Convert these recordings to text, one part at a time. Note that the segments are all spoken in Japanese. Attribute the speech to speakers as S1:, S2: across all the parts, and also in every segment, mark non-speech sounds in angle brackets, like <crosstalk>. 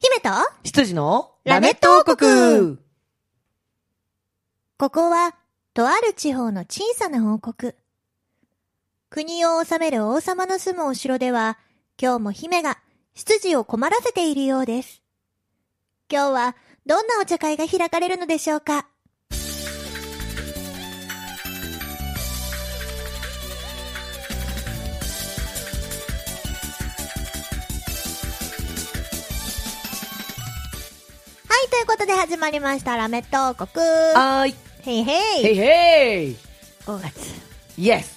S1: 姫と、
S2: 羊の
S1: ラメット王国ここは、とある地方の小さな王国。国を治める王様の住むお城では、今日も姫が執事を困らせているようです。今日は、どんなお茶会が開かれるのでしょうかはい、ということで始まりました、ラメット王国。
S2: はーい。
S1: へい
S2: へ
S1: へい。
S2: いへい
S1: 5月。
S2: イエス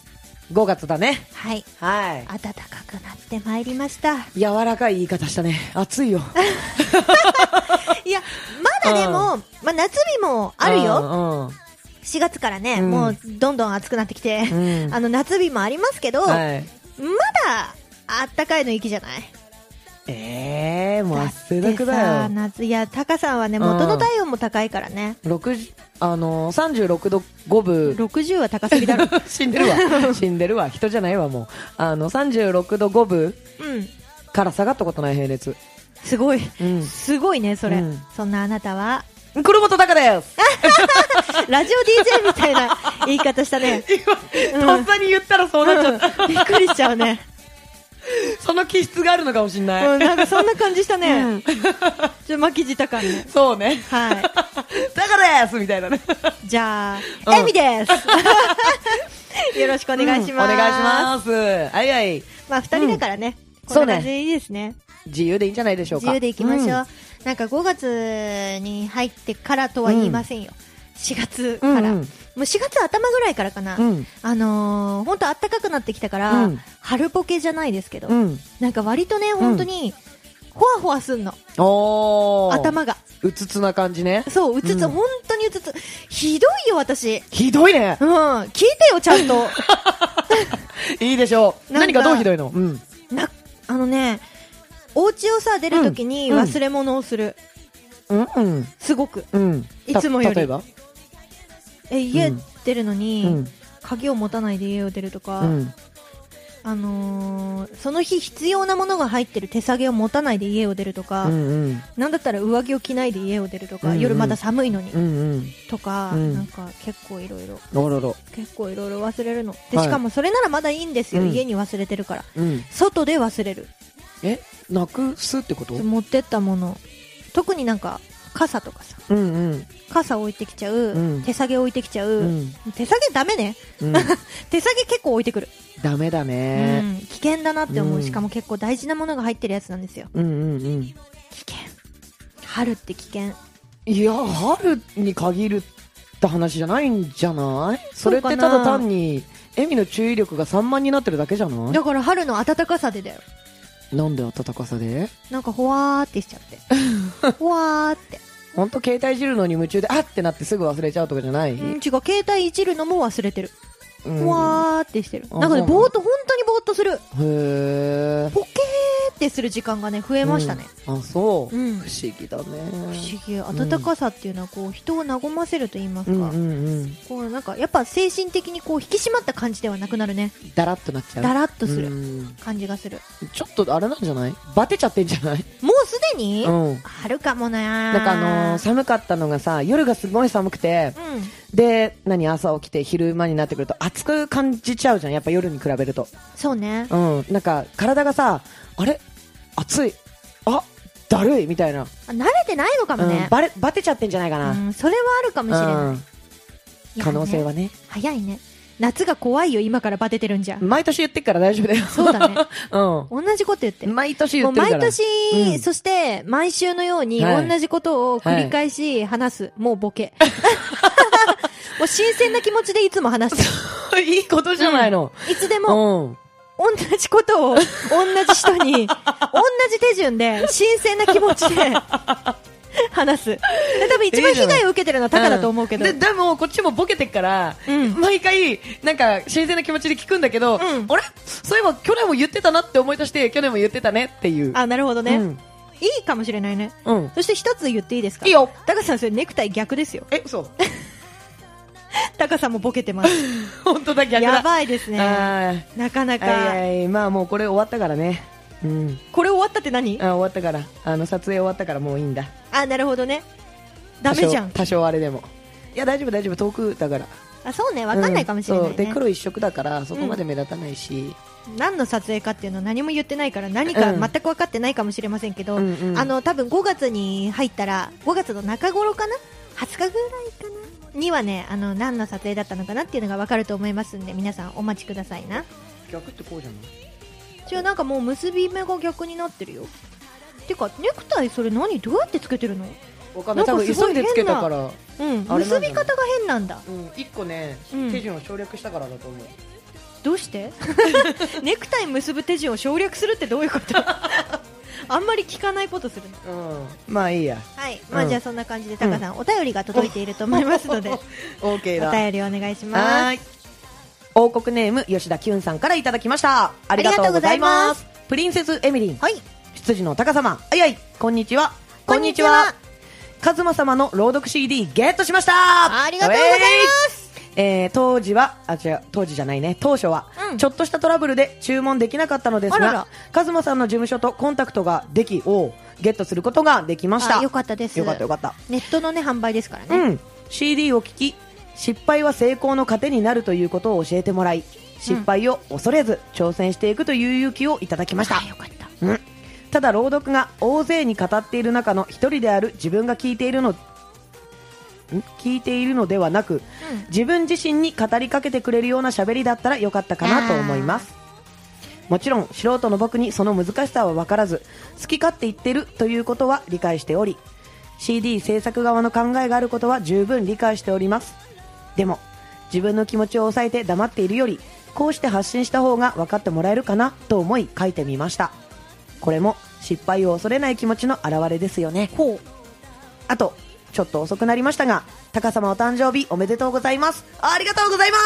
S2: !5 月だね。
S1: はい。
S2: はい。
S1: 暖かくなってまいりま
S2: <laughs>
S1: した。
S2: 柔らかい言い方したね。暑 <laughs> いよ。
S1: いや、まだでも、まあ、夏日もあるよ。
S2: よ。
S1: 4月からね、
S2: うん
S1: もうどんどん暑くなってきて
S2: う、ん。うん
S1: あの、夏日もありますけど、
S2: はい。
S1: まだ、あったかいの域じゃない
S2: ええー、もう汗だ
S1: で
S2: く
S1: さ
S2: だ
S1: あ、
S2: よ。
S1: 夏、いや、タカさんはね、
S2: うん
S1: 元の体温も高いからね。
S2: 六十あのー、36度5分。
S1: 60は高すぎ
S2: <laughs>
S1: だろ。
S2: 死んでるわ。 <laughs> 死んでるわ。人じゃないわ、もう。あの、36度5分
S1: うん。
S2: から下がったことない並列。
S1: すごい。
S2: うん。
S1: すごいね、それ。
S2: うん
S1: そんなあなたは、
S2: 黒本高 <laughs> です
S1: ラジオ DJ みたいな言い方したね。
S2: 今、 <laughs> とっさに言ったらそうなっちゃった。
S1: びっくりしちゃうね。
S2: その気質があるのかもしんない。
S1: うん、なんかそんな感じしたね。ちょっと巻き舌感ね。
S2: そうね。
S1: はい。
S2: <laughs> だからですみたいなね。
S1: じゃあ、
S2: うん
S1: エミです。よろしくお願いします。
S2: お願いします。はいはい。
S1: まあ、二人だからね。
S2: うん
S1: こんな感じでいいですね。
S2: 自由でいいんじゃないでしょうか。
S1: 自由でいきましょう。
S2: ん
S1: なんか5月に入ってからとは言いませんよ。4月から。
S2: うんうん
S1: もう4月頭ぐらいからかな。
S2: うん
S1: あのー、ほんと暖かくなってきたから、
S2: うん
S1: 春ボケじゃないですけど、
S2: うん。
S1: なんか割とね、本当に、ほわほわすんの。
S2: おー。。
S1: 頭が。
S2: うつつな感じね。
S1: そう、うつつ、
S2: うん
S1: 本当にうつつ。ひどいよ、私。
S2: ひどいね
S1: う。ん、聞いてよ、ちゃん
S2: <laughs>
S1: と。
S2: いいでしょう。
S1: なんか
S2: 何かどうひどいのうん。
S1: なあのねお家をさ出るときに
S2: うんうん
S1: 忘れ物をする、
S2: うんうん。
S1: すごく
S2: うん。
S1: いつもより
S2: た例えば
S1: え家
S2: うん
S1: 出るの
S2: う
S1: に、
S2: ん。
S1: 鍵を持たないで家を出るとか、
S2: うん。
S1: あのーその日必要なものが入ってる手提げを持たないで家を出るとか、
S2: うんうん。
S1: なんだったら上着を着ないで家を出るとか、
S2: うんうん
S1: 夜まだ寒いのに、
S2: うん
S1: とか、
S2: うん
S1: なんか結構いろいろ
S2: うん。おろろ。
S1: 結構いろいろ忘れるので、
S2: はい
S1: しかもそれならまだいいんですよ、
S2: うん
S1: 家に忘れてるから
S2: うん。
S1: 外で忘れる
S2: えなくすってことうん
S1: 持ってったもの特になんか傘とかさ
S2: うん。
S1: 傘置いてきちゃう、
S2: うん
S1: 手提げ置いてきちゃう、
S2: うん。
S1: 手提げダメね <laughs>
S2: うん。
S1: 手提げ結構置いてくる、
S2: ダメだ
S1: う
S2: ね。
S1: ん、危険だなって思う、
S2: うん
S1: しかも結構大事なものが入ってるやつなんですよ
S2: うんうんうん。
S1: 危険春って危険
S2: いや、春に限るって話じゃないんじゃないそれって
S1: そう
S2: た
S1: かな
S2: だ単に、エミの注意力が散漫になってるだけじゃない
S1: だから春の暖かさでだよ
S2: なんで暖かさで
S1: なんかほわーってしちゃって
S2: <laughs>
S1: ほわーって、
S2: ほんと携帯いじるのに夢中で、あってなってすぐ忘れちゃうとかじゃない、
S1: うん、違う携帯いじるのも忘れてる、
S2: うん
S1: ほわーってしてる
S2: あ
S1: なんかね
S2: そうなの
S1: ぼーっと本当にぼーっとする
S2: へー。
S1: ポケーってする時間がね増えましたね、
S2: うん。あ、そう。
S1: うん
S2: 不思議だね。
S1: 不思議暖かさっていうのはこう人を和ませると言います
S2: う
S1: か、
S2: んうんうん。
S1: こうなんかやっぱ精神的にこう引き締まった感じではなくなるね
S2: だらっとなっちゃう。
S1: だ
S2: っ
S1: らっとする
S2: る。
S1: 感じがする、
S2: ちょっとあれなんじゃないバテちゃってんじゃない
S1: もうすでに、
S2: うん。
S1: 春かもな
S2: なんかあのー寒かったのがさ、夜がすごい寒くて、
S1: うん
S2: で、何、朝起きて昼間になってくると暑く感じちゃうじゃん、やっぱ夜に比べると。
S1: そうね
S2: うん。なんか、体がさ、あれ暑い。あだるいみたいな。
S1: あ慣れてないのかも
S2: うん
S1: ね、
S2: バレ、バテちゃってんじゃないか
S1: う
S2: な。
S1: んそれはあるかもしれない,、
S2: うん可能性はね。
S1: 早いね夏が怖いよ今からバテてるんじゃ、
S2: 毎年言ってっから大丈夫だよ。
S1: そうだね <laughs>
S2: <laughs> う
S1: 同じこと言って
S2: ん。
S1: る
S2: 毎年
S1: も
S2: 言
S1: う
S2: ってるか
S1: 毎
S2: ら。
S1: 年、
S2: うん
S1: そして毎週のように
S2: はい
S1: 同じことを繰り返し話す、もうボ
S2: <laughs>
S1: ケもう新鮮な気持ちでいつも話して
S2: <laughs>
S1: る
S2: いいことじゃないの。
S1: いつで
S2: う
S1: も
S2: ん。
S1: 同じことを同じ人に同じ手順で新鮮な気持ち
S2: <laughs>
S1: で話すで多分一番被害を受けてるのはタカだと思うけど、
S2: んで、でも、こっちもボケてっから、
S1: うん
S2: 毎回、なんか、新鮮な気持ちで聞くんだけど、
S1: ん
S2: あれそういえば、去年も言ってたなって思い出して、去年も言ってたねっていう。
S1: あなるほどね、
S2: う
S1: い
S2: ん
S1: いかもしれないね
S2: うん。
S1: そして一つ言っていいですか
S2: いいよ。
S1: タカさんそれネクタイ逆ですよ
S2: え、嘘。
S1: 高さんもボケてます。
S2: <laughs> 本当だ、逆だ。
S1: やばいですね。
S2: はい
S1: なかな
S2: はい
S1: か。
S2: はいまあもうこれ終わったからね。うん。
S1: これ終わったって何
S2: あ終わったから。あの、撮影終わったからもういいんだ。
S1: あ、なるほどね。ダメじゃん
S2: 多少。多少あれでも。いや、大丈夫大丈夫。遠くだから。
S1: あ、そうね。わかんないかもしれな
S2: うん
S1: い
S2: そうで、
S1: ね。
S2: 黒一色だから、そこまで目立たないし。
S1: 何の撮影かっていうのは何も言ってないから、何か
S2: うん
S1: 全く分かってないかもしれませんけど、
S2: うんうん
S1: あの、多分5月に入ったら、5月の中頃かな ?20 日ぐらいかなにはね、あの、何の撮影だったのかなっていうのが分かると思いますんで、皆さんお待ちくださいな。
S2: 逆ってこうじゃない
S1: 違う、なんかもう結び目が逆になってるよ。てか、ネクタイそれ何どうやってつけてるの
S2: わかんない。
S1: な
S2: 多
S1: んか
S2: 分
S1: すご
S2: 急
S1: い
S2: いでつけたか
S1: うん、
S2: ら。あれなんじ
S1: 結
S2: ゃな
S1: び
S2: い
S1: 方が変なんだ。
S2: うん、一個ね、
S1: うん
S2: 手順を省略したからだと思う。
S1: どうしてネクタイ結ぶ手順を省略するってどういうことあんまり聞かないことするの
S2: うん。まあいいや。
S1: はい、まあ
S2: うん
S1: じゃあそんな感じでタカさん、お便りが届いていると思いますので
S2: オーケーだ。
S1: お便りお願いし
S2: は
S1: ま
S2: ー
S1: す
S2: い。王国ネーム、吉田きゅんさんからいただきました。ありがと
S1: ありがと
S2: うござい
S1: うございま
S2: ますす。プリンセスエミリン。
S1: はい
S2: 執事の高様。あいあい、こんにちは。
S1: こんにちは。
S2: カズマ様の朗読 CD ゲットしました
S1: ありがとうございます
S2: えーえー当時は、あ、違う、当時じゃないね、当初は、
S1: うん
S2: ちょっとしたトラブルで注文できなかったのですが、
S1: あらら
S2: カズマさんの事務所とコンタクトができ、をゲットすることができました。
S1: あよかったです
S2: よかったよかった。
S1: ネットのね販売ですからね、
S2: うん、CD を聴き失敗は成功の糧になるということを教えてもらい失敗を恐れず挑戦していくという勇気をいただきました、
S1: あよかった
S2: うん、ただ朗読が大勢に語っている中の一人である自分が聞いているのん聞いているのではなく自分自身に語りかけてくれるような喋りだったらよかったかなと思いますもちろん素人の僕にその難しさは分からず好き勝手言ってるということは理解しており CD 制作側の考えがあることは十分理解しておりますでも自分の気持ちを抑えて黙っているよりこうして発信した方が分かってもらえるかなと思い書いてみましたこれも失敗を恐れない気持ちの表れですよね
S1: ほ
S2: あと、ちょっと遅くなりましたが、タカ様お誕生日おめでとうございます。ありがとうございま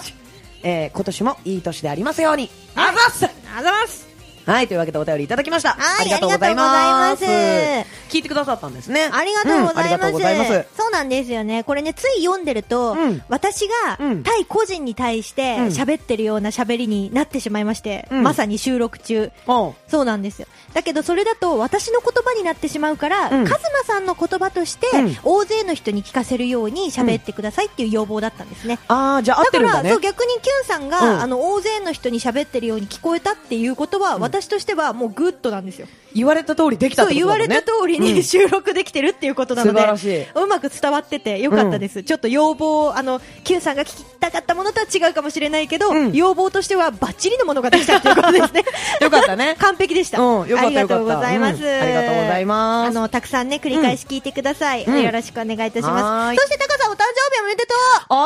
S2: すよしえー、今年もいい年でありますように。あざっす
S1: あざます
S2: はい、というわけでお便りいただきました。
S1: はい
S2: ありがとうございます。
S1: ありがとうございま
S2: 聞いてくださったんですね。
S1: ありがとうございます,、
S2: んありがとうございます。
S1: そうなんですよねこれねつい読んでると、
S2: うん
S1: 私が
S2: うん
S1: 対個人に対して
S2: うん
S1: 喋ってるような喋りになってしまいまして、
S2: うん
S1: まさに収録中
S2: おう
S1: そうなんですよ。だけどそれだと私の言葉になってしまうから、
S2: うん
S1: カズマさんの言葉として、
S2: うん
S1: 大勢の人に聞かせるように喋ってくださいっていう要望だったんですね。
S2: あー、じゃあ合っ
S1: だ
S2: て
S1: か
S2: るん
S1: ら、
S2: だね
S1: そう。逆にキュンさんが、
S2: うん
S1: あの大勢の人に喋ってるように聞こえたっていうことは、私としてはもうグッドなんですよ。
S2: 言われた通りできたっ
S1: そう
S2: て
S1: 言
S2: こと
S1: わ
S2: だも
S1: れ
S2: んね。
S1: た通りに、
S2: うん
S1: 収録できてるっていうことなので、
S2: 素晴らしいう
S1: まく伝わっててよかったです。ちょっと要望をあのキュンさんが聞きたかったものとは違うかもしれないけど、
S2: うん
S1: 要望としてはバッチリのものができたっていうことですね。
S2: <laughs> よかっ
S1: <laughs>
S2: たね。
S1: 完璧でした。
S2: うんよかった
S1: ありがとうございます、
S2: よかったうんありがとうございます
S1: あの、たくさんね、繰り返し聞いてください。
S2: うん
S1: よろしくお願いいたし
S2: は
S1: ま
S2: ー
S1: す。
S2: い
S1: そして、タカさんお誕生日おめでと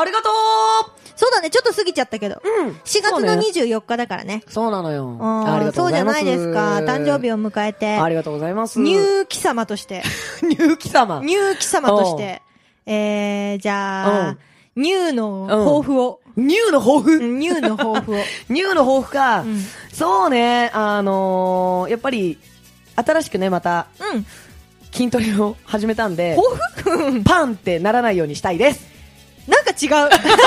S2: ありがと
S1: うそうだね、ちょっと過ぎちゃったけど。
S2: ううん。
S1: 4月
S2: そう
S1: の
S2: ね
S1: 24日だからね。
S2: そうなのよ。
S1: うん
S2: ありがとう
S1: そう
S2: ご
S1: じ
S2: ざ
S1: ゃ
S2: います。
S1: ないですか。誕生日を迎えて
S2: あ、りがとうございます。
S1: ニュー貴様として、
S2: <laughs> ニュー貴様。
S1: ニュー貴様として、えー、じゃあ、ニューの抱負を、
S2: ニューの抱負。
S1: うんニューの抱
S2: <laughs>
S1: 負を。
S2: ニューの抱負か、
S1: うん
S2: そうね、あのーやっぱり、新しくね、また、
S1: うん。
S2: 筋トレを始めたんで、
S1: 抱負うん
S2: パンってならないようにしたいです。
S1: なんか違う。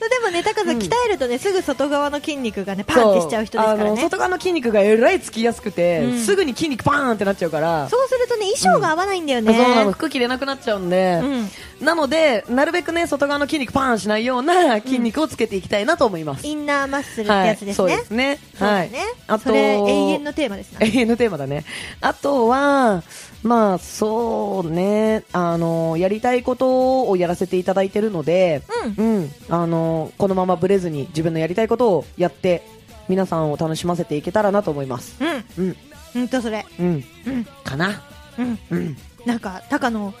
S1: でもね、高さん、
S2: うん
S1: 鍛えるとね、すぐ外側の筋肉がね、パンってしちゃう人ですか
S2: <laughs> そう
S1: ら
S2: あの
S1: ね。
S2: 外側の筋肉がえらいつきやすくて、
S1: うん
S2: すぐに筋肉パーンってなっちゃうから、
S1: そうするとね、衣装が合わないんだよね。
S2: そうなの、服着れなくなっちゃうんで、
S1: うん
S2: なので、なるべくね、外側の筋肉パーンしないような筋肉をつけていきたいなと思います。
S1: インナーマッスルって
S2: は
S1: や
S2: い、
S1: つです
S2: そう
S1: ね。
S2: ですね。
S1: そう
S2: は
S1: だ
S2: い
S1: ね。。
S2: あ
S1: そ
S2: と、
S1: れ、永遠のテーマですね。
S2: 永遠のテーマだね。あとは、まあ、そうね、あの、やりたいことをやらせていただいてるので、
S1: うん。
S2: うん、あの、このままブレずに自分のやりたいことをやって、皆さんを楽しませていけたらなと思います。
S1: うん。
S2: うん、
S1: ほんとそれ。
S2: うん、
S1: うん。
S2: かな。
S1: うん。
S2: うん。
S1: なんか、高の、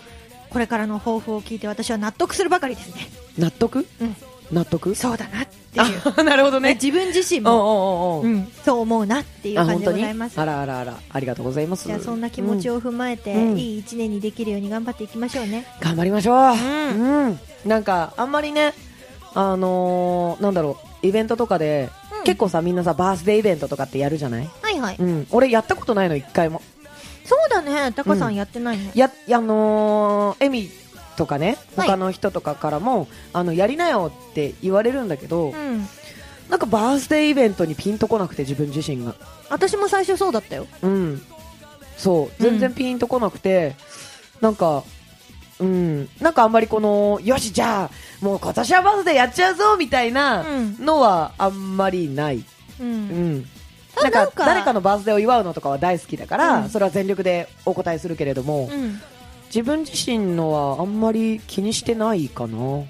S1: これからの抱負を聞いて私は納得するばかりですね。
S2: 納得
S1: うん。
S2: 納得
S1: そうだなっていう。
S2: あ、 <laughs> なるほどね。
S1: 自分自身
S2: おう
S1: も、
S2: おうおうおう
S1: うん。そう思うなっていう
S2: あ、
S1: 感
S2: 本
S1: じで
S2: 当
S1: ご
S2: に
S1: ざいます。
S2: あらあらあら、ありがとうございます。
S1: じゃあそんな気持ち
S2: を。
S1: を踏まえて、
S2: うん
S1: いい一年にできるように頑張っていきましょうね。
S2: 頑張りましょう。
S1: ん
S2: うん。なんか、あんまりね、あのーなんだろう、イベントとかで、
S1: うん
S2: 結構さ、みんなさ、バースデーイベントとかってやるじゃない
S1: はいはい。
S2: うん。俺やったことないの、一回も。
S1: そうだね、タカさ
S2: うんん
S1: やってないね。
S2: や、いやあのーエミとかね
S1: はい
S2: 他の人とかからも、あのやりなよって言われるんだけど、
S1: うん。
S2: なんかバースデーイベントにピンとこなくて自分自身が
S1: 私も最初そうだったよ。
S2: うんそう全然ピンとこなくて、なんかうんなんかあんまりこのよしじゃあもう今年はバースデーやっちゃうぞみたいな
S1: うん。
S2: のはあんまりない、
S1: う。
S2: うんん、
S1: あ
S2: なんか
S1: なんか
S2: 誰かのバースデーを祝うのとかは大好きだから、
S1: うん
S2: それは全力でお答えするけれども、
S1: うん。
S2: 自分自身のはあんまり気にしてないかなうん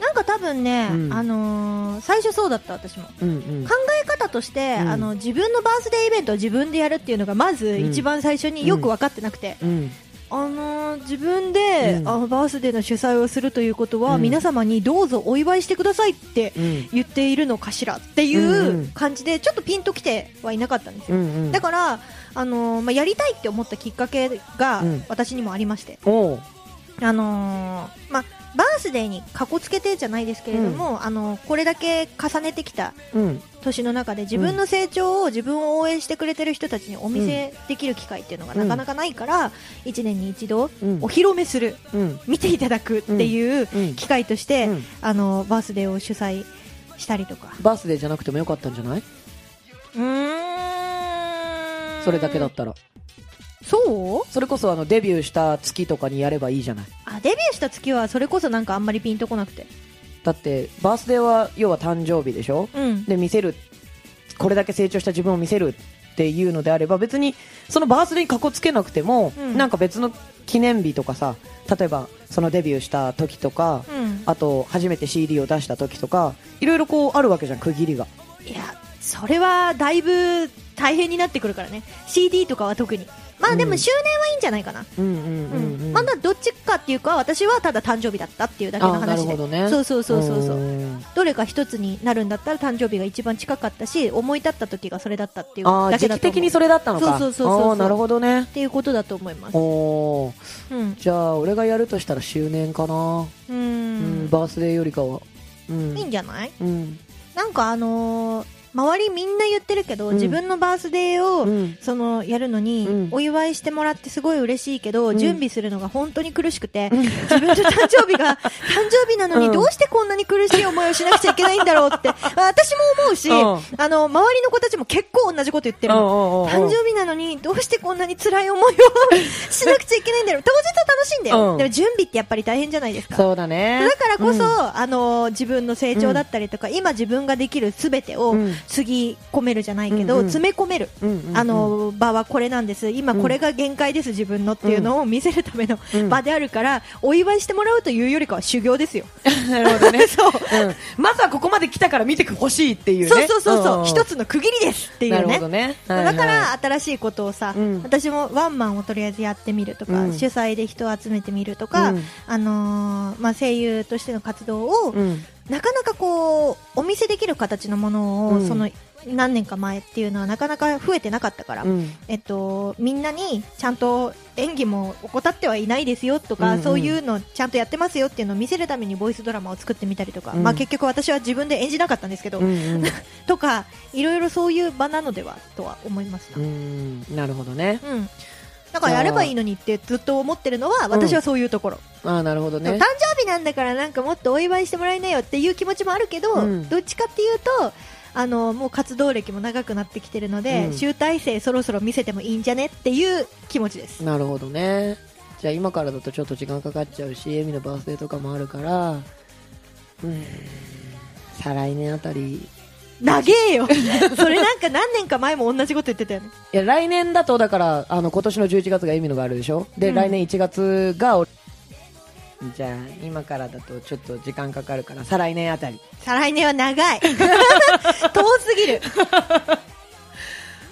S1: なんか多分ね、
S2: うん
S1: あのー最初そうだった私も。
S2: うん
S1: 考え方として、
S2: うん
S1: あの自分のバースデーイベントを自分でやるっていうのがまず
S2: うん
S1: 一番最初によく分かってなくて、
S2: うん
S1: あのー自分で、
S2: うん
S1: あのバースデーの主催をするということは、
S2: うん
S1: 皆様にどうぞお祝いしてくださいって
S2: うん
S1: 言っているのかしらって
S2: うんう
S1: いうん感じでちょっとピンときてはいなかったんです
S2: う
S1: よ、
S2: んうん
S1: だから、あのーまあ、やりたいって思ったきっかけが
S2: うん
S1: 私にもありまして、
S2: おう
S1: あのーまあ、バースデーにかこつけてじゃないですけれども、あのーこれだけ重ねてきた
S2: うん
S1: 年の中で自分の成長を自分を応援してくれてる人たちにお見せできる機会っていうのがなかなかないから、一年に一度
S2: うん
S1: お披露目する
S2: うん
S1: 見ていただくっていう
S2: うん
S1: 機会として、
S2: うん
S1: あのバースデーを主催したりとか
S2: バースデーじゃなくてもよかったんじゃない
S1: うん
S2: それだけだったら
S1: そう
S2: それこそあのデビューした月とかにやればいいじゃない
S1: あデビューした月はそれこそなんかあんまりピンとこなくて
S2: だってバースデーは要は誕生日でしょ
S1: うん
S2: で見せるこれだけ成長した自分を見せるっていうのであれば別にそのバースデーにかこつけなくても、
S1: うん
S2: なんか別の記念日とかさ例えばそのデビューした時とか、
S1: うん
S2: あと初めて CD を出した時とかいろいろこうあるわけじゃん区切りが
S1: いやそれはだいぶ大変になってくるからね CD とかは特にまあで
S2: う
S1: も
S2: ん
S1: 周年はいいんじゃないかな、
S2: うんうん
S1: う
S2: うんん、うん、
S1: まだどっちかっていうか私はただ誕生日だったっていうだけの
S2: あなる
S1: 話
S2: ほ
S1: で
S2: どね
S1: そうそうそうそうそう
S2: うん
S1: どれか一つになるんだったら誕生日が一番近かったし思い立った時がそれだったっていう
S2: あー
S1: だけ
S2: 時
S1: だ
S2: 期
S1: と思
S2: 的に
S1: う
S2: それだったのか
S1: そうそうそうそうそう
S2: あーなるほどね
S1: っていうことだと思います
S2: おー
S1: うん
S2: じゃあ俺がやるとしたら周年かな、
S1: う
S2: うん
S1: ん
S2: バースデーよりかはうん
S1: いいんじゃない
S2: うん
S1: なんかあのー周りみんな言ってるけど
S2: うん
S1: 自分のバースデー
S2: う
S1: を
S2: ん
S1: そのやるの
S2: う
S1: に
S2: ん
S1: お祝いしてもらってすごい嬉しいけど
S2: うん
S1: 準備するのが本当に苦しくて自分の誕生日
S2: <laughs>
S1: が誕生日なのに
S2: うん
S1: どうしてこんなに苦しい思いをしなくちゃいけないんだろうって私も思うし
S2: う
S1: あの周りの子たちも結構同じこと言ってるの誕
S2: 誕
S1: 生日なのにどうしてこんなに辛い思いを <laughs> しなくちゃいけないんだろう当日は楽しいんだよ、
S2: うん
S1: でも準備ってやっぱり大変じゃないですか
S2: そうだね
S1: だからこそ、
S2: うん
S1: あの自分の成長だったりとか、今自分ができるすべてを
S2: うん
S1: つぎ込めるじゃないけど、
S2: うんうん
S1: 詰め込める、
S2: うんうんうん
S1: あの場はこれなんです今これが限界です自分のっていうのを見せるための
S2: うん
S1: 場であるから、お祝いしてもらうというよりかは修行ですよ、 <laughs>
S2: なるほどね
S1: そう
S2: うんまずはここまで来たから見てほしいっていうね
S1: そうそうそうそう、
S2: ん
S1: 一つの区切りですっていう
S2: なる
S1: ね
S2: ほどねはいは
S1: だ
S2: い
S1: から新しいことをさ、
S2: うん
S1: 私もワンマンをとりあえずやってみるとか、
S2: うん
S1: 主催で人を集めてみるとか、
S2: うん
S1: あのーまあ、声優としての活動を、
S2: うん
S1: なかなかこうお見せできる形のものを、
S2: うん
S1: その何年か前っていうのはなかなか増えてなかったから、
S2: うん
S1: えっと、みんなにちゃんと演技も怠ってはいないですよとか、
S2: うんうん
S1: そういうのちゃんとやってますよっていうのを見せるためにボイスドラマを作ってみたりとか、
S2: うん
S1: まあ、結局私は自分で演じなかったんですけど、
S2: うん
S1: とかいろいろそういう場なのではとは思いますな
S2: う。んうんなるほどね
S1: うん。だからやればいいのにってずっと思ってるのは私はそういうところ、
S2: あーなるほど
S1: 誕
S2: ね
S1: 生日なんだからなんかもっとお祝いしてもらいなよっていう気持ちもあるけど、
S2: うん
S1: どっちかっていうとあのもう活動歴も長くなってきてるので、
S2: うん
S1: 集大成そろそろ見せてもいいんじゃねっていう気持ちです、
S2: なるほどねじゃあ今からだとちょっと時間かかっちゃうしエミのバースデーとかもあるからうーん再来年あたり
S1: 長えよ <laughs> それなんか何年か前も同じこと言ってたよね
S2: いや来年だとだからあの今年の11月がエミのがあるでしょで、
S1: うん
S2: 来年1月が俺じゃあ今からだとちょっと時間かかるから再来年あたり
S1: 再来年は長
S2: <laughs>
S1: い遠すぎる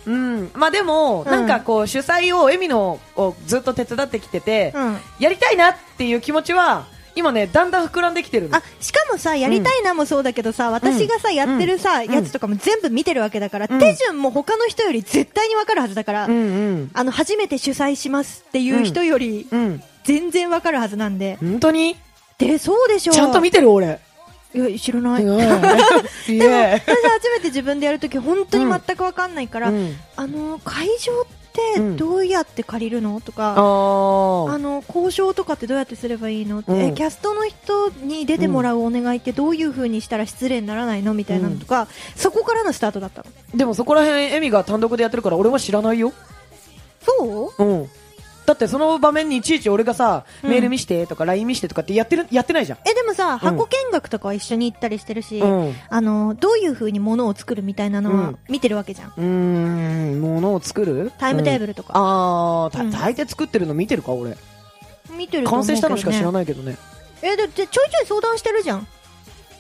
S2: うんまあでも、
S1: うん
S2: なんかこう主催をエミのをずっと手伝ってきてて、
S1: うん
S2: やりたいなっていう気持ちは今ねだんだん膨らんできてるの
S1: あしかもさやりたいなもそうだけどさ、私がさやってるさ、
S2: ん
S1: やつとかも全部見てるわけだから、
S2: うん
S1: 手順も他の人より絶対にわかるはずだから、
S2: うんうん
S1: あの初めて主催しますっていう人より
S2: うん
S1: 全然わかるはずなんで、
S2: 本当に
S1: でそうでしょう
S2: ちゃんと見てる俺
S1: いや知らない
S2: うん
S1: <laughs> 私
S2: すげえ
S1: 初めて自分でやるとき本当に全くわかんないから、
S2: うん
S1: あの会場って
S2: うん
S1: どうやって借りるのと
S2: あ
S1: か、あ
S2: ー
S1: の交渉とかってどうやってすればいいのって、
S2: うん
S1: えキャストの人に出てもらうお願いってどういう風にしたら失礼にならないのみたいなのとか、そこからのスタートだったの
S2: でもそこら辺エミが単独でやってるから俺は知らないよ
S1: そう
S2: うんだってその場面にいちいち俺がさ、
S1: うん
S2: メール見してとか LINE 見してとかってやってるやってないじゃん
S1: えでもさ箱見学とかは一緒に行ったりしてるし、
S2: うんう
S1: あのどういう風に物を作るみたいなの
S2: う
S1: は
S2: ん
S1: 見てるわけじゃん、
S2: ーんものを作る
S1: タイムテー
S2: ル、
S1: ブルとか、
S2: ああ
S1: うん
S2: 大抵作ってるの見てるか俺
S1: 見てると思
S2: 完
S1: うけど、
S2: 成
S1: ね、
S2: したのしか知らないけどね
S1: えだってちょいちょい相談してるじゃん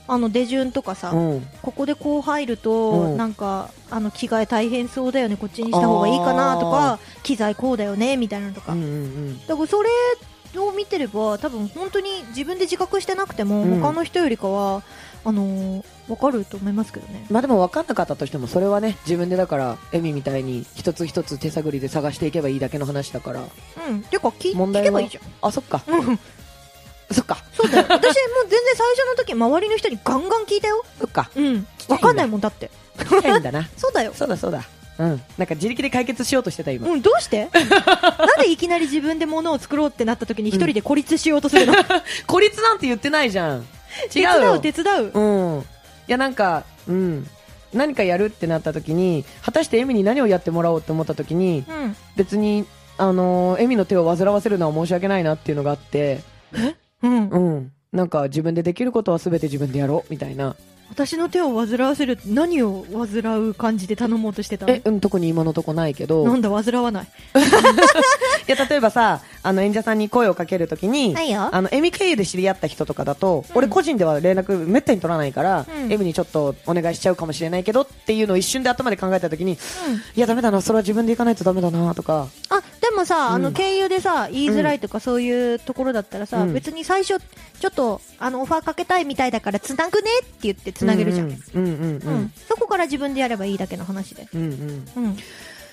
S1: あの出順とかさ、
S2: うん
S1: ここでこう入ると、
S2: うん
S1: なんかあの着替え大変そうだよねこっちにした方がいいかなと
S2: あ
S1: か機材こうだよねみたいなのとか、
S2: うんうん
S1: だからそれを見てれば多分本当に自分で自覚してなくても、
S2: うん
S1: 他の人よりかはあのー、分かると思いますけどね
S2: まあでも分かんなかったとしてもそれはね自分でだからエミみたいに一つ一つ手探りで探していけばいいだけの話だから
S1: うんてか聞
S2: 問
S1: 聞
S2: 題は
S1: けばいいじゃん
S2: あそっか
S1: うん
S2: そっか
S1: そうだよ私もう全然最初の時周りの人にガンガン聞いたよ
S2: そっか
S1: うん
S2: きたいんだ
S1: 分かんないもんだって
S2: 聞きたいんだな
S1: そうだよ
S2: そうだそうだうんなんか自力で解決しようとしてた今、
S1: うん、どうして <laughs> なんでいきなり自分で物を作ろうってなった時に一人で孤立しようとするの、
S2: 孤立なんて言ってないじゃん違
S1: 手伝
S2: うよ
S1: う手伝う、
S2: うんいやなんかうん何かやるってなった時に果たしてエミに何をやってもらおうって思った時に
S1: うん、
S2: 別にあのーエミの手を煩わせるのは申し訳ないなっていうのがあって
S1: うん、
S2: うんなんか自分でできることは全て自分でやろうみたいな
S1: 私の手を煩わせる何を煩う感じで頼もうとしてたの
S2: え、うん、特に今のとこないけど
S1: なんだ煩わない
S2: いや例えばさあの演者さんに声をかけるときに、
S1: いよ
S2: あのエミ経由で知り合った人とかだと、
S1: うん
S2: 俺個人では連絡めったに取らないから、
S1: うん
S2: エミにちょっとお願いしちゃうかもしれないけどっていうのを一瞬で頭で考えたときに
S1: うん、
S2: いやダメだなそれは自分で行かないとダメだなとか
S1: あでもさ、あ
S2: う
S1: の
S2: ん
S1: 経由でさ言いづらいとかそういうところだったらさ、
S2: うん
S1: 別に最初ちょっとあのオファーかけたいみたいだからつなぐねって言ってつなげるじゃん、
S2: う
S1: うんん
S2: うんうんうん
S1: そこから自分でやればいいだけの話で、
S2: うんうん
S1: うん、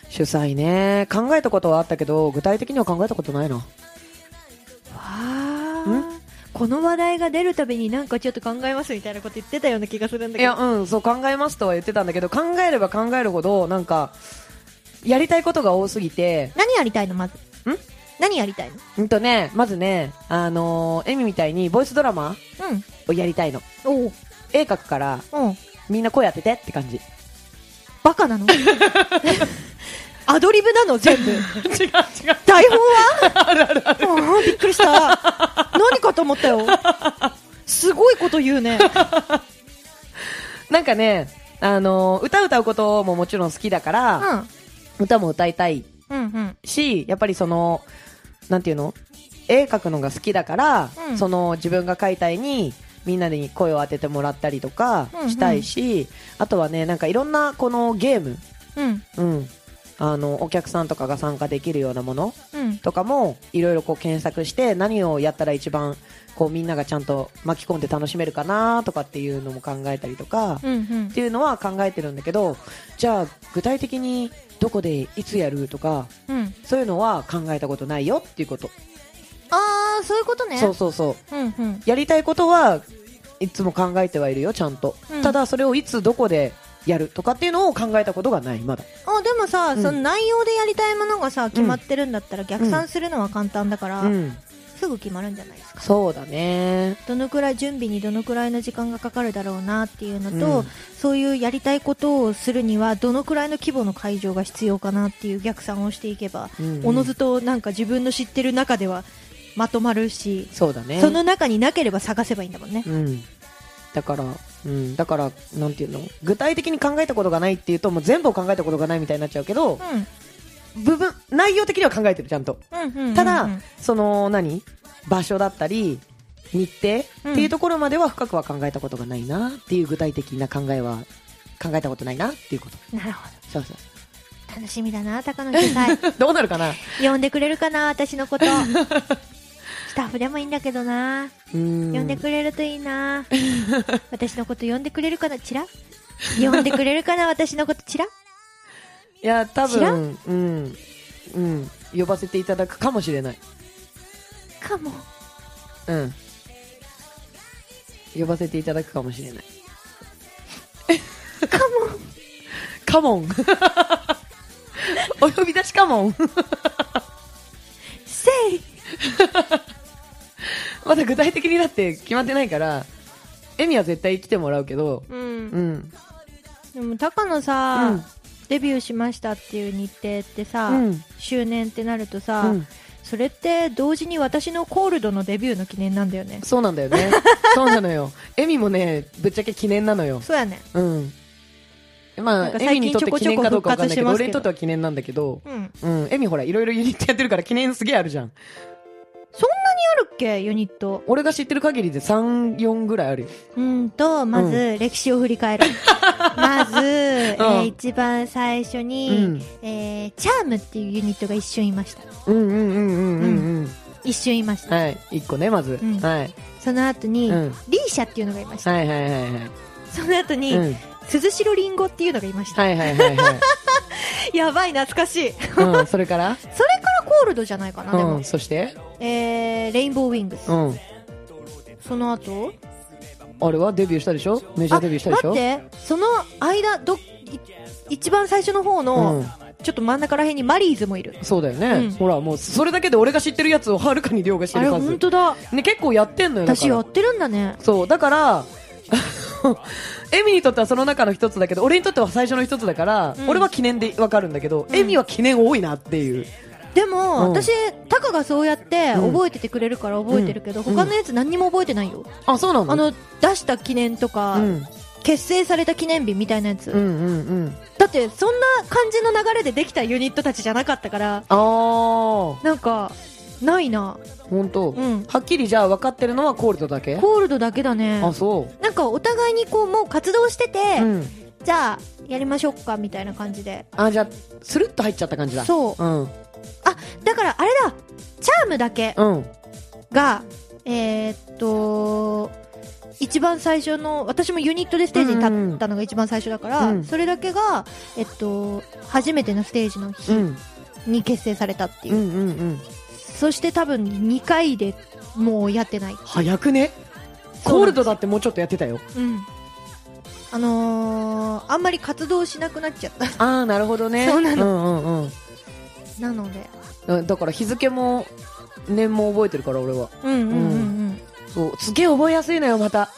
S2: 主催ね考えたことはあったけど具体的には考えたことないな
S1: わあこの話題が出るたびになんかちょっと考えますみたいなこと言ってたような気がするんだけ
S2: い
S1: ど
S2: やうんそう考えますとは言ってたんだけど考えれば考えるほどなんかやりたいことが多すぎて
S1: 何やりたいのまず何やりたいの
S2: うんとね、まずね、あのーエミみたいにボイスドラマ
S1: うん
S2: をやりたいの。
S1: おう
S2: 絵描くから、
S1: うん
S2: みんな声当ててって感じ。違
S1: バカなのアドリブなの全部
S2: <laughs> う違う。
S1: 台本はあるあるあるびっくりした何かと思ったよすごいこと言 <laughs> うね
S2: なんかね、あのー歌歌うことももちろん好きだから、
S1: う
S2: 歌も歌いたい
S1: んうんうん
S2: し、やっぱりその、なんていうの絵描くのが好きだから、
S1: うん
S2: その自分が描いた絵に、みんなに声を当ててもらったりとか
S1: うんうん
S2: したいし、あとはね、なんかいろんなこのゲーム、
S1: うん
S2: うん、あの、お客さんとかが参加できるようなもの
S1: うん
S2: とかもいろいろこう検索して何をやったら一番こうみんながちゃんと巻き込んで楽しめるかなとかっていうのも考えたりとか、
S1: うんうん
S2: っていうのは考えてるんだけどじゃあ具体的にどこでいつやるとか
S1: うん
S2: そういうのは考えたことないよっていうこと、
S1: ああそういうことね
S2: そうそうそう
S1: うんうん
S2: やりたいことはいつも考えてはいるよちゃんと、
S1: うん
S2: ただそれをいつどこでやるとかっていうのを考えたことがないまだ
S1: あでもさ、
S2: うん
S1: その内容でやりたいものがさ決まってるんだったら逆算するのは簡単だから、
S2: うん
S1: すぐ決まるんじゃないですか
S2: そうだね
S1: どのくらい準備にどのくらいの時間がかかるだろうなっていうのと、
S2: うん
S1: そういうやりたいことをするにはどのくらいの規模の会場が必要かなっていう逆算をしていけば
S2: うん
S1: おのずとなんか自分の知ってる中ではまとまるし、
S2: そうだね
S1: その中になければ探せばいいんだもんね。
S2: うん、だから、うん、だから、なんていうの、具体的に考えたことがないっていうと、もう全部を考えたことがないみたいになっちゃうけど、
S1: う
S2: 部分、内容的には考えてる、ちゃんと。
S1: ん、うん、うん
S2: ただ、その、何場所だったり、日程、
S1: うん
S2: っていうところまでは深くは考えたことがないなっていう具体的な考えは、考えたことないなっていうこと。
S1: なるほ
S2: そうそう
S1: <laughs> ど楽しみだな高野主催
S2: どうなるかな
S1: 呼んでくれるかな私のこと <laughs> スタッフでもいいんだけどな
S2: うん。
S1: 呼んでくれるといいな私のこと呼んでくれるかなチラ呼んでくれるかな私のことチラ
S2: いや、多
S1: 知ら
S2: 分、うん、うん、呼ばせていただくかもしれない。
S1: かも
S2: うん。呼ばせていただくかもしれない。
S1: かも
S2: カモン <laughs> お呼び出しかも。
S1: せい
S2: まだ具体的にだって決まってないから、エミは絶対来てもらうけど、
S1: う。
S2: うんん。
S1: でも、高野
S2: う
S1: さ
S2: ん、
S1: デビューしましたっていう日程ってさ
S2: うん、
S1: 周年ってなると
S2: う
S1: さ、
S2: ん、
S1: それって同時に私のコールドのデビューの記念なんだよね。
S2: そうなんだよ
S1: <laughs>
S2: ね。そうなのよ。エミもね、ぶっちゃけ記念なのよ。
S1: そうやね。
S2: うん。
S1: な
S2: ま
S1: ん
S2: あ
S1: か、
S2: エミ
S1: 最
S2: に
S1: 近ちょ
S2: とって
S1: こ
S2: 記
S1: ちょ
S2: 念
S1: こ
S2: かどうかわかんないけ
S1: 復活して
S2: ど、
S1: ますけど
S2: 俺にとっては記念なんだけど、
S1: うん。
S2: うん。エミほら、いろいろユニットやってるから記念すげえあるじゃん。
S1: あるっけユニット。
S2: 俺が知ってる限りで3、4ぐらいあるよ。
S1: うんと、まず、歴史を振り返
S2: <laughs>
S1: る。まず、えー一番最初
S2: うん
S1: に、。えーチャームっていうユニットが一瞬いました。
S2: うんうんうんうんうんうん。
S1: 一瞬いました。
S2: はい。1個ね、まず。
S1: うん
S2: はい。
S1: その後に、
S2: うん
S1: リーシャっていうのがいました。
S2: はいはいはいはい。
S1: その後に、
S2: うん。
S1: 鈴代りんごっていうのがいました。
S2: はいはいはいはい。
S1: やばい、懐かしい。それか <laughs>
S2: うん、それから
S1: らコールドじゃないかな、で
S2: う
S1: も
S2: ん、。そして
S1: えー、レインボーウィングス。
S2: うん。
S1: その後
S2: あれはデビューしたでしょメジャーデビューしたでし
S1: 待
S2: ょ
S1: って、その間、ど、い一番最初の方の、
S2: う
S1: ちょっと真ん中らへんにマリーズもいる。
S2: ん。そうだよね。
S1: うん
S2: ほら、もう、それだけで俺が知ってるやつをはるかに凌駕して
S1: あれ、
S2: る
S1: 本
S2: 数。
S1: 当だ。
S2: ね、結構やってんのよ。だか
S1: 私
S2: ら
S1: やってるんだね。
S2: そう、だから、 <laughs> エミにとってはその中の一つだけど、俺にとっては最初の一つだから、
S1: うん
S2: 俺は記念でわかるんだけど、
S1: うん
S2: エミは記念多いなっていう。
S1: でも、
S2: うん
S1: 私、タカがそうやって
S2: うん
S1: 覚えててくれるから覚えてるけど、
S2: うん
S1: 他のやつ何にも覚えてないよ。
S2: あ、そうなの
S1: あ、の、出した記念とか、
S2: うん。
S1: 結成された記念日みたいなやつ。
S2: うんうんうん。
S1: だって、そんな感じの流れでできたユニットたちじゃなかったから、
S2: あー、
S1: なんか、ないな。
S2: ほんと
S1: う。ん。
S2: はっきりじゃあ分かってるのはコールドだけ
S1: コールドだけだね
S2: あ、。そ
S1: なんか、お互いにこう、もう活動してて、
S2: う。うん。
S1: じゃあ、やりましょうか、みたいな感じで。
S2: あ、じゃあ、スルッと入っちゃった感じだ。。
S1: そう
S2: うん。
S1: う。だから、あれだチャームだけ
S2: うん。
S1: が、えーっと、一番最初の、私もユニットでステージに立ったのが一番最初だから、
S2: うん
S1: それだけが、えっと、初めてのステージの
S2: う
S1: 日
S2: ん。
S1: に結成されたっていう
S2: う。んうんうん。
S1: そして多分2回でもうやってない。
S2: 早くね
S1: そうなんです
S2: コールドだってもうちょっとやってたよ。
S1: うん。あのー、あんまり活動しなくなっちゃった。 <laughs>
S2: ああ、なるほどね。
S1: そうな
S2: の。うんうん
S1: なので。
S2: うんうん。だから日付も、年も覚えてるから俺は。
S1: うんうんうん
S2: そう、すげえ覚えやすいのよ、また。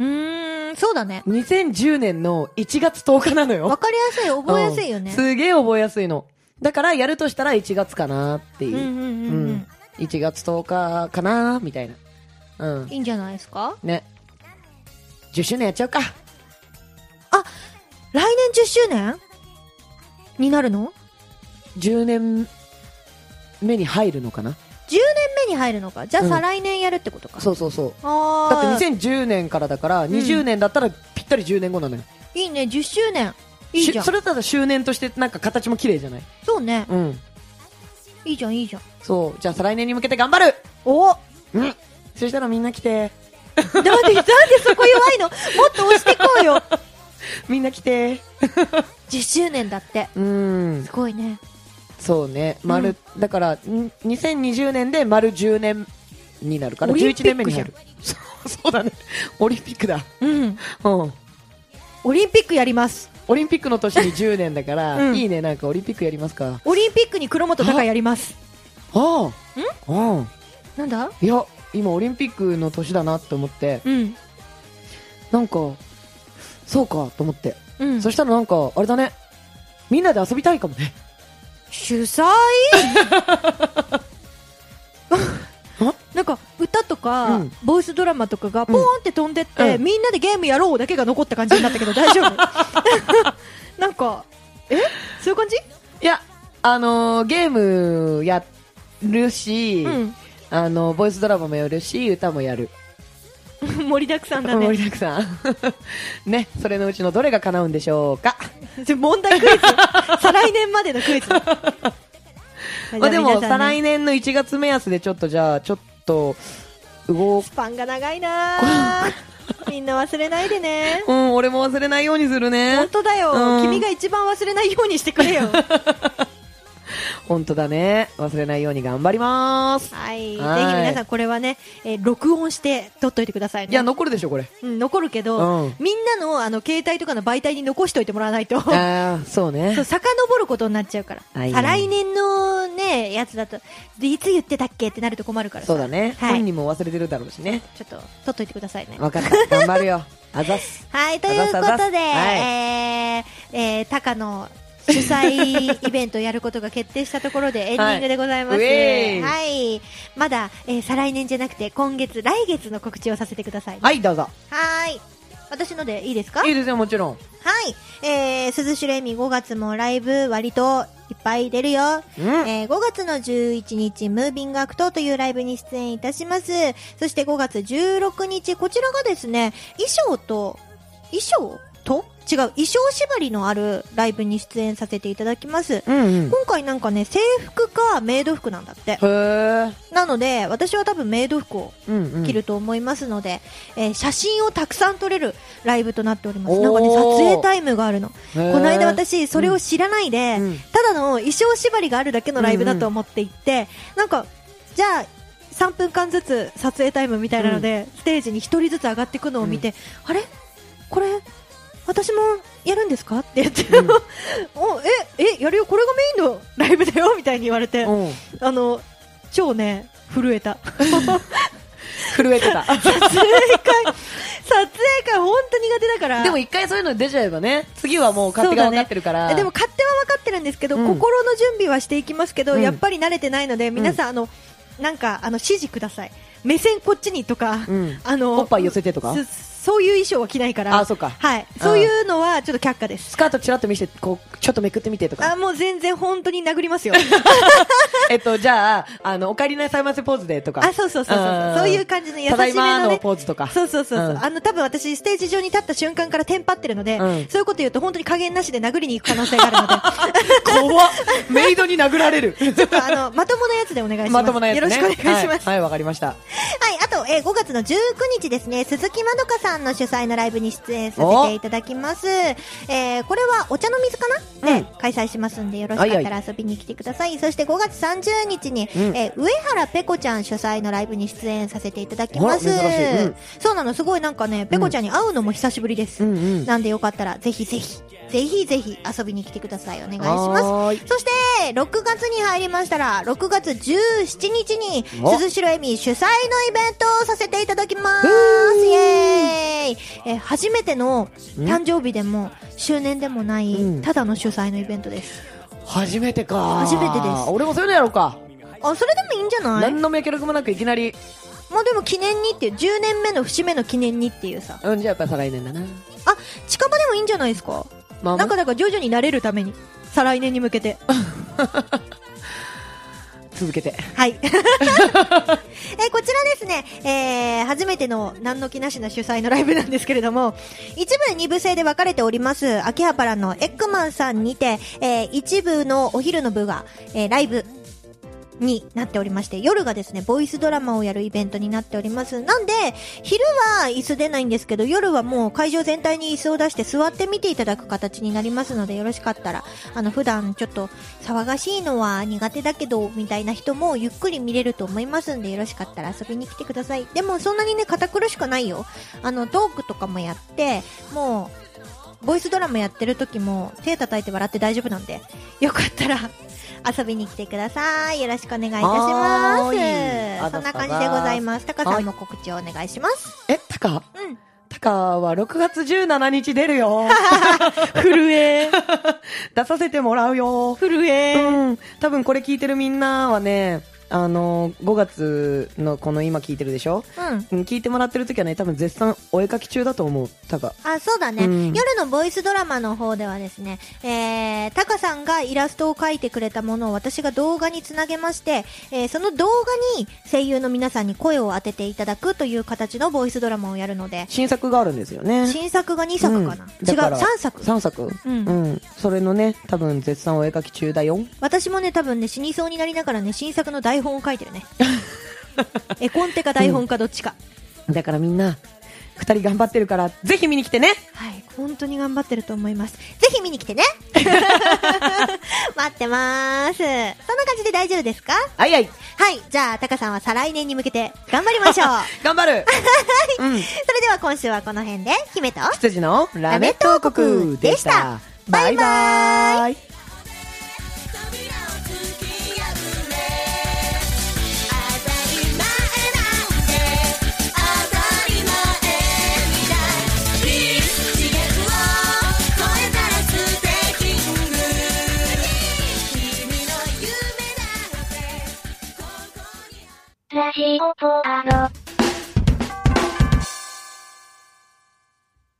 S1: うん。うーん、そうだね。
S2: 2010年の1月10日なの
S1: わ
S2: よ。
S1: かりやすい、覚えやすいよね
S2: うん。すげえ覚えやすいの。だからやるとしたら1月かなって
S1: う
S2: い
S1: んう
S2: う。
S1: んうん
S2: う
S1: うん
S2: ん。1月10日かなみたいな。うん。
S1: いいんじゃないですか
S2: ね。10周年やっちゃうか。
S1: 来年10周年になるの
S2: 10年目に入るのかな
S1: 目に入るのかじゃあ
S2: う
S1: 再
S2: ん
S1: 来年やるってことか、
S2: そうそうそう。
S1: あ
S2: だ
S1: あ
S2: って2010年からだから、20年だったらぴったり10年後なのよ。
S1: いいね10周年いいじゃん
S2: しそれだったら周年としてなんか形も綺麗じゃない
S1: そうね
S2: うん。
S1: いいじゃんいいじゃん
S2: そう。じゃあ再来年に向けて頑張る
S1: おなん
S2: うん。そしたらみんな来て、
S1: でなんでそこ弱いのもっと押していこうよ
S2: みんな来て。
S1: 10周年だって
S2: うん
S1: す。ごいね
S2: そうね。丸、だから、ん2020年で丸10年になるから、
S1: オリンピ
S2: 11
S1: ッ
S2: 年目
S1: ク
S2: に
S1: じゃ
S2: 入
S1: ん
S2: る。そう <laughs> そうだね。オリンピックだ。
S1: うん
S2: うん。
S1: オリンピックやります
S2: オリンピックの年に10年だから、
S1: うん
S2: いいね、なんかオリンピックやりますか。
S1: オリンピックに黒本隆やります
S2: ああ。うん。
S1: なんだ
S2: いや、今オリンピックの年だなって思って、
S1: うん
S2: なんか、そうかと思って。
S1: うん
S2: そしたらなんか、あれだね。みんなで遊びたいかもね。
S1: 主
S2: <laughs>
S1: 催 <laughs> なんか歌とか、
S2: うん
S1: ボイスドラマとかがポーンって飛んでって、
S2: うん
S1: みんなでゲームやろうだけが残った感じになったけど大丈
S2: <laughs>
S1: 夫なんかえそういう感じ、
S2: いや、あのーゲームやるし、
S1: う
S2: あのーボイスドラマもやるし、歌もやる。
S1: ん <laughs> 盛りだくさんだ
S2: <laughs> 盛
S1: ね
S2: りだくさん。 <laughs> ね、それのうちのどれが叶うんでしょうか。
S1: 問題クイズ再来年までの
S2: <laughs>
S1: クイズ
S2: まあでも、再来
S1: 年
S2: 年の1月目安でちょっとじゃあ、ちょっと、動
S1: スパンが長いなーみんな忘れないで
S2: <laughs>
S1: ね
S2: うん、俺も忘れないようにするね
S1: 本。当だよ、
S2: うん
S1: 君が一番忘れないようにしてくれよ
S2: 本当だね。忘れないように頑張ります。
S1: はい。ぜひ
S2: はい
S1: 皆さんこれはね、えー録音して撮っといてくださいね。
S2: いや、残るでしょ、これ。
S1: うん、残るけど、
S2: うん
S1: みんなのあの携帯とかの媒体に残しておいてもらわないと、そう
S2: ああ、そうね。
S1: 遡ることになっちゃうから、
S2: はい
S1: 再来年のね、やつだと、でいつ言ってたっけってなると困るからさ
S2: そうだね。
S1: はい
S2: 本人も忘れてるだろうしね。
S1: ちょっと撮っといてくださいね。
S2: わかった。頑張る <laughs> よ。あざっす。
S1: はい、というこ
S2: あざっす
S1: と
S2: あざっ
S1: で、
S2: すはい
S1: えー、えー、高の主催イベントをやることが決定したところでエンディングでございます。
S2: は
S1: はい
S2: ウェ
S1: い。
S2: イ
S1: まだ、えー、再来年じゃなくて、今月、来月の告知をさせてくださいね。
S2: はい、どうぞ。
S1: はーい。私のでいいですか
S2: いいですよ、もちろん。
S1: はい。えー、鈴しれみ5月もライブ割といっぱい出るよ。
S2: うん
S1: えー、5月の11日、ムービングアクトというライブに出演いたします。そして5月16日、こちらがですね、衣装と、衣装と違う、衣装縛りのあるライブに出演させていただきます。
S2: うんうん。
S1: 今回なんかね、制服かメイド服なんだって。
S2: へえ。
S1: なので、私は多分メイド服を
S2: うんうん。
S1: 着ると思いますので、えー写真をたくさん撮れるライブとなっております。
S2: おー
S1: なんかね、撮影タイムがあるの。
S2: へー。
S1: この間私、それを知らないで、
S2: うん
S1: ただの衣装縛りがあるだけのライブだと思って行って、なんか、じゃあ、3分間ずつ撮影タイムみたいなので、ステージに1人ずつ上がっていくのを見て、あれこれ、私もやるんですかって言って、
S2: うん
S1: <laughs> おえ、え、やるよ、これがメインのライブだよみたいに言われて、
S2: うん。
S1: あの、超ね、震えた。
S2: 震えてた。 <laughs>
S1: 撮影会、撮影会本当苦手だから。
S2: でも一回そういうの出ちゃえばね、次はもう勝手が分かってるから。
S1: えでも、勝手は分かってるんですけど、
S2: うん
S1: 心の準備はしていきますけど、
S2: うん
S1: やっぱり慣れてないので皆さん、あのなんかあの指示ください目線こっちにとか、
S2: うん。
S1: あの
S2: おっぱい寄せてとか
S1: そそういう衣装は着ないから
S2: あ、そうか。
S1: はい、そういうのはちょっと却下で
S2: ス
S1: す
S2: カートちらっと見せて、こう、ちょっとめくってみてと
S1: あ
S2: か。
S1: もう全然本当に殴りますよ
S2: えっと、じゃあ、あの、お帰りなさいませポーズでとか。
S1: あそうそうそうそうそういう感じの優しめのね
S2: ただいまーのポーズとか。
S1: そうそうそうそう、
S2: うん
S1: あの多分私ステージ上に立った瞬間からテンパってるので、
S2: うん
S1: そういうこと言うと本当に加減なしで殴りに行く可能性があるので
S2: 怖っメイドに殴られ <laughs> る。
S1: ちょっとあのまともなやつでお願いします
S2: まともなやつね。
S1: よろしくお願いします、
S2: はい、はいわ、かりました。
S1: はい、あと、えー5月の19日ですね、鈴木まどかさんの主催のライブに出演させていただきます。えーこれはお茶の水かな、
S2: うん
S1: で開催しますんで、よろしかったら遊びに来てください。そして5月30日に、
S2: うん
S1: えー上原ペコちゃん主催のライブに出演させていただきます。
S2: あら珍しいうん
S1: そうなの、すごいなんかね、ペコちゃんに会うのも久しぶりです。
S2: うんうん。
S1: なんでよかったら、ぜひぜひ、ぜひぜひ遊びに来てください。お願いします。
S2: はーい
S1: そして、6月に入りましたら、6月17日に、
S2: お
S1: 鈴代恵美主催のイベントをさせていただきます
S2: ふ
S1: イ
S2: ー
S1: エーイえー初めての
S2: ん
S1: 誕生日でも、周年でもない、
S2: うん
S1: ただの主催のイベントです。
S2: 初めてか。
S1: 初めてです
S2: 俺もそういうのやろうか。
S1: あ、それでもいいんじゃない
S2: 何の脈絡もなくいきなり。
S1: まあでも記念にっていう、10年目の節目の記念にっていうさ。
S2: うん、じゃあやっぱ再来年だな。
S1: あ、近場でもいいんじゃないですか
S2: まあ、
S1: なんかだから徐々に慣れるために、再来年に向けて。
S2: 続けて。
S1: はい。 <laughs> えーこちらですね、えー初めての何の気なしの主催のライブなんですけれども、一部二部制で分かれております、秋葉原のエッグマンさんにて、えー一部のお昼の部が、えーライブ。になっておりまして、夜がですね、ボイスドラマをやるイベントになっております。なんで、昼は椅子出ないんですけど、夜はもう会場全体に椅子を出して座って見ていただく形になりますので、よろしかったら、あの、普段ちょっと騒がしいのは苦手だけど、みたいな人もゆっくり見れると思いますんで、よろしかったら遊びに来てください。でもそんなにね、堅苦しくないよ。あの、トークとかもやって、もう、ボイスドラマやってる時も手叩いて笑って大丈夫なんで、よかったら遊びに来てください。よろしくお願いいたしま
S2: はーい
S1: す。そんな感じでございます。タカさんも告知をお願いします。
S2: え、タカ
S1: うん。
S2: タカは6月17日出
S1: <laughs>
S2: るよ。
S1: 震え。
S2: 出させてもらうよ。
S1: 震え。
S2: うん、多分これ聞いてるみんなはね、あの、5月のこの今聞いてるでしょ
S1: うん。
S2: うん聞いてもらってる時はね、多分絶賛お絵描き中だと思う、ただ。
S1: あ、そうだね、
S2: うん
S1: 夜のボイスドラマの方ではですね、えー、タカさんがイラストを描いてくれたものを私が動画につなげまして、えー、その動画に声優の皆さんに声を当てていただくという形のボイスドラマをやるので、
S2: 新作があるんですよね。
S1: 新作が2作かな、
S2: うん
S1: 違う、
S2: だから
S1: 3作。
S2: 3作。
S1: うん
S2: うん。それのね、多分絶賛お絵描き中だよ。
S1: 私もね、多分ね、死にそうになりながらね、新作の台本を書いてる
S2: <laughs>
S1: ね。絵コンテか台本かどっちか。
S2: だからみんな、2人頑張ってるから、ぜひ見に来てね
S1: はい、本当に頑張ってると思います。ぜひ見に来
S2: <laughs>
S1: てね待ってまーす。そんな感じで大丈夫ですか
S2: はいはい。
S1: はい、じゃあ、タカさんは再来年に向けて頑張りましょう。
S2: <laughs> 頑張るうん。
S1: それでは今週はこの辺で、姫と、
S2: 羊のラメット王国でした。
S1: バ
S2: バ
S1: イ
S2: イ
S1: バ
S2: バイ。
S3: 「扉を突き破れ」「当たり前のなんて当たり前みたい」「いい次元を超えたらステーキング」「君の夢なんてここにある」
S4: ラジオポアド。